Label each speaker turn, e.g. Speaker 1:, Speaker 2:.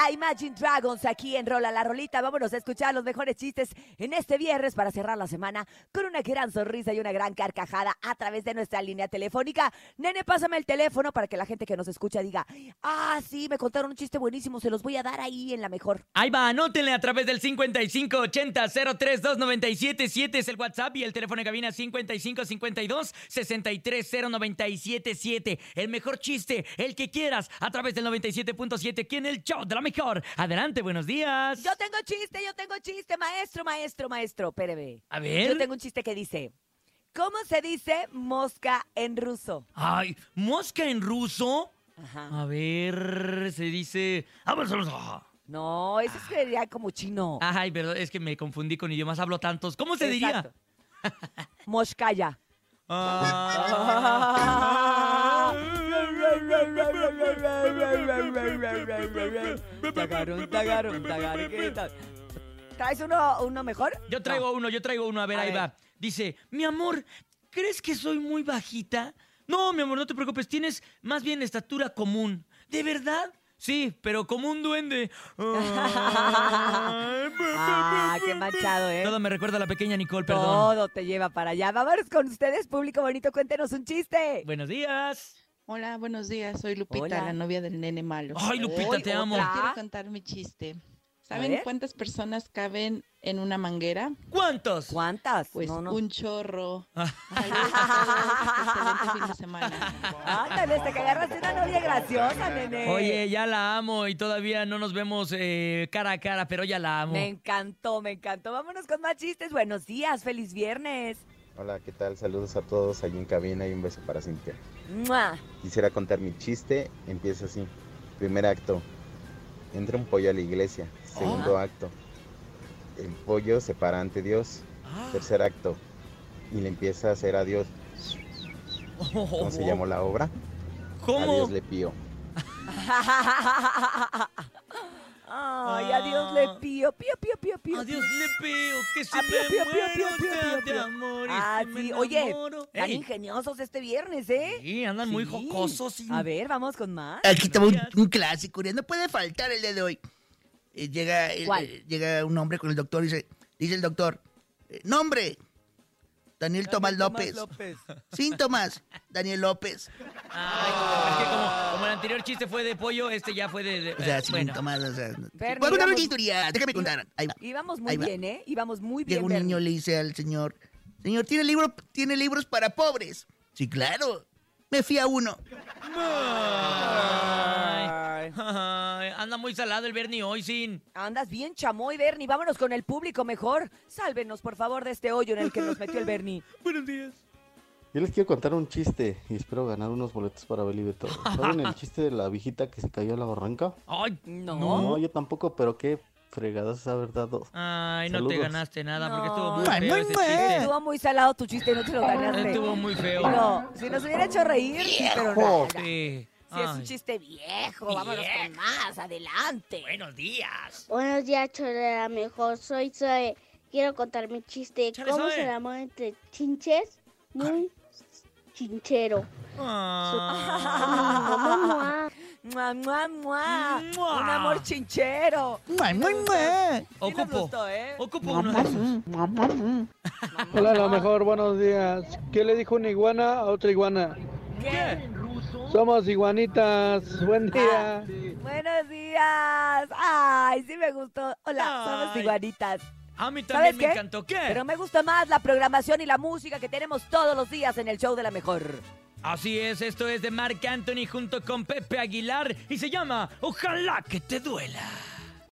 Speaker 1: a Imagine Dragons aquí en Rola la Rolita. Vámonos a escuchar los mejores chistes en este viernes para cerrar la semana con una gran sonrisa y una gran carcajada a través de nuestra línea telefónica. Nene, pásame el teléfono para que la gente que nos escucha diga, ah, sí, me contaron un chiste buenísimo, se los voy a dar ahí en la mejor.
Speaker 2: Ahí va, anótenle a través del 5580-032977 es el WhatsApp y el teléfono de cabina 5552-630977. El mejor chiste, el que quieras, a través del 97.7 aquí en el show de la mejor. Adelante, buenos días.
Speaker 1: Yo tengo chiste, yo tengo chiste, maestro, maestro, maestro, espéreme.
Speaker 2: A ver.
Speaker 1: Yo tengo un chiste que dice, ¿cómo se dice mosca en ruso?
Speaker 2: Ay, mosca en ruso.
Speaker 1: Ajá.
Speaker 2: A ver, se dice...
Speaker 1: No, ese sería como chino.
Speaker 2: Ay, perdón, es que me confundí con idiomas, hablo tantos. Ah, ¿Cómo se diría?
Speaker 1: Exacto. Moscaya.
Speaker 2: Ah.
Speaker 1: Tagarun, tagarun, tagarquita. ¿Traes uno, uno mejor?
Speaker 2: Yo traigo uno, yo traigo uno. A ver,
Speaker 1: A
Speaker 2: ahí
Speaker 1: ver.
Speaker 2: va. Dice, mi amor, ¿crees que soy muy bajita? No, mi amor, no te preocupes. Tienes más bien estatura común. ¿De verdad? Sí, pero como un duende.
Speaker 1: Ah, qué manchado, ¿eh?
Speaker 2: Todo me recuerda a la pequeña Nicole, perdón.
Speaker 1: Todo te lleva para allá. Vámonos con ustedes, público bonito. Cuéntenos un chiste.
Speaker 2: Buenos días.
Speaker 3: Hola, buenos días. Soy Lupita,
Speaker 1: Hola.
Speaker 3: la novia del nene malo.
Speaker 2: Ay, Lupita,
Speaker 1: Hoy
Speaker 2: te amo.
Speaker 1: otra.
Speaker 3: Quiero contar mi chiste. ¿Saben
Speaker 1: ver.
Speaker 3: cuántas personas caben en una manguera?
Speaker 2: ¿Cuántos?
Speaker 1: ¿Cuántas?
Speaker 3: Pues
Speaker 1: no, no.
Speaker 3: un chorro.
Speaker 2: Ah.
Speaker 3: Saludos a todos, excelente este fin de semana.
Speaker 1: Ándale, hasta que agarraste una novia graciosa, nene.
Speaker 2: Oye, ya la amo y todavía no nos vemos eh, cara a cara, pero ya la amo.
Speaker 1: Me encantó, me encantó. Vámonos con más chistes. Buenos días, feliz viernes.
Speaker 4: Hola, ¿qué tal? Saludos a todos allí en cabina y un beso para Cintia.
Speaker 1: ¡Mua!
Speaker 4: Quisiera contar mi chiste. Empieza así. Primer acto. Entra un pollo a la iglesia. Segundo acto. El pollo se para ante Dios.
Speaker 2: Ah.
Speaker 4: Tercer acto. Y le empieza a hacer a Dios. ¿Cómo se llamó la obra? A
Speaker 2: Oh, ¿Cómo?
Speaker 4: Dios le pío.
Speaker 1: Ay, adiós le pío, pío, pío, pío, pío.
Speaker 2: Adiós, Ah. le peo, que si
Speaker 1: Ah, pío, pío, pío,
Speaker 2: me
Speaker 1: pío,
Speaker 2: muero
Speaker 1: pío,
Speaker 2: sea
Speaker 1: pío,
Speaker 2: de
Speaker 1: pío.
Speaker 2: amor y
Speaker 1: Ah,
Speaker 2: si me
Speaker 1: sí, oye,
Speaker 2: enamoro.
Speaker 1: tan
Speaker 2: Ey,
Speaker 1: ingeniosos este viernes, ¿eh?
Speaker 2: sí, andan muy
Speaker 1: Sí.
Speaker 2: jocosos. y- Eh.
Speaker 1: A ver, vamos con más.
Speaker 5: Aquí está un,
Speaker 2: Gracias.
Speaker 5: un clásico, Urias. No puede faltar el día de hoy. Eh, llega, el-
Speaker 1: ¿Cuál?
Speaker 5: eh, llega un hombre con el doctor y dice, dice el doctor, eh, nombre, Daniel Tomás López. Síntomas, Daniel López.
Speaker 2: Ay, es que como, como el anterior chiste fue de pollo, este ya fue de... de-
Speaker 5: O sea,
Speaker 2: eh, bueno.
Speaker 5: síntomas, o sea... no-
Speaker 1: Ver,
Speaker 5: Voy a contar
Speaker 1: digamos-
Speaker 5: un chiste, Urias, déjame contar. Ahí va.
Speaker 1: Íbamos muy
Speaker 5: Ahí va.
Speaker 1: bien, ¿eh? Íbamos muy bien.
Speaker 5: Llega un
Speaker 1: Bernie.
Speaker 5: niño, le dice al señor, señor, ¿tiene, libro, ¿tiene libros para pobres? Sí, claro. Me fui a uno.
Speaker 2: Ay,
Speaker 1: Ay,
Speaker 2: ay, anda muy salado el Bernie hoy, sin...
Speaker 1: Andas bien chamoy, Bernie. Vámonos con el público mejor. Sálvenos, por favor, de este hoyo en el que nos metió el Bernie.
Speaker 2: Buenos días.
Speaker 6: Yo les quiero contar un chiste y espero ganar unos boletos para Believe It All. ¿Saben el chiste de la viejita que se cayó a la barranca?
Speaker 2: Ay,
Speaker 1: No.
Speaker 2: No.
Speaker 6: No, yo tampoco, pero qué fregadas haber dado.
Speaker 2: ay, no te
Speaker 6: Saludos.
Speaker 2: ganaste nada porque estuvo muy
Speaker 1: No.
Speaker 2: feo
Speaker 5: Ay,
Speaker 2: ese
Speaker 5: muy
Speaker 2: chiste.
Speaker 1: Eh, Estuvo muy salado tu chiste, no te lo ganaste.
Speaker 2: Estuvo muy feo.
Speaker 1: No, si nos hubiera hecho reír, sí, pero no.
Speaker 2: Sí.
Speaker 1: Si es un
Speaker 2: Ay.
Speaker 1: chiste viejo, vámonos con más, adelante.
Speaker 2: Buenos días.
Speaker 7: Buenos días, Chorera. Mejor soy Zoe. Quiero contar mi chiste.
Speaker 2: Chale,
Speaker 7: ¿Cómo
Speaker 2: Zoe.
Speaker 7: se enamoró entre chinches? Muy chinchero.
Speaker 2: Ah.
Speaker 7: Mua, mua.
Speaker 1: Mua, mua, mua.
Speaker 2: Mua.
Speaker 1: Un amor chinchero.
Speaker 5: ¡Mua, mua, mua!
Speaker 1: Sí nos
Speaker 2: Ocupo.
Speaker 1: gustó, ¿eh?
Speaker 2: Ocupo uno de esos.
Speaker 8: Hola, lo mejor, buenos días. ¿Qué le dijo una iguana a otra iguana?
Speaker 1: ¿Qué?
Speaker 8: Somos iguanitas, buen día.
Speaker 1: Ah. Buenos días. Ay, sí me gustó. Hola, somos
Speaker 2: Ay. Eh.
Speaker 1: iguanitas.
Speaker 2: A mí
Speaker 1: ¿Sabes
Speaker 2: también me
Speaker 1: qué?
Speaker 2: encantó. ¿Qué?
Speaker 1: Pero me gusta más la programación y la música que tenemos todos los días en el show de la mejor.
Speaker 2: Así es, esto es de Marc Anthony junto con Pepe Aguilar y se llama Ojalá que te duela.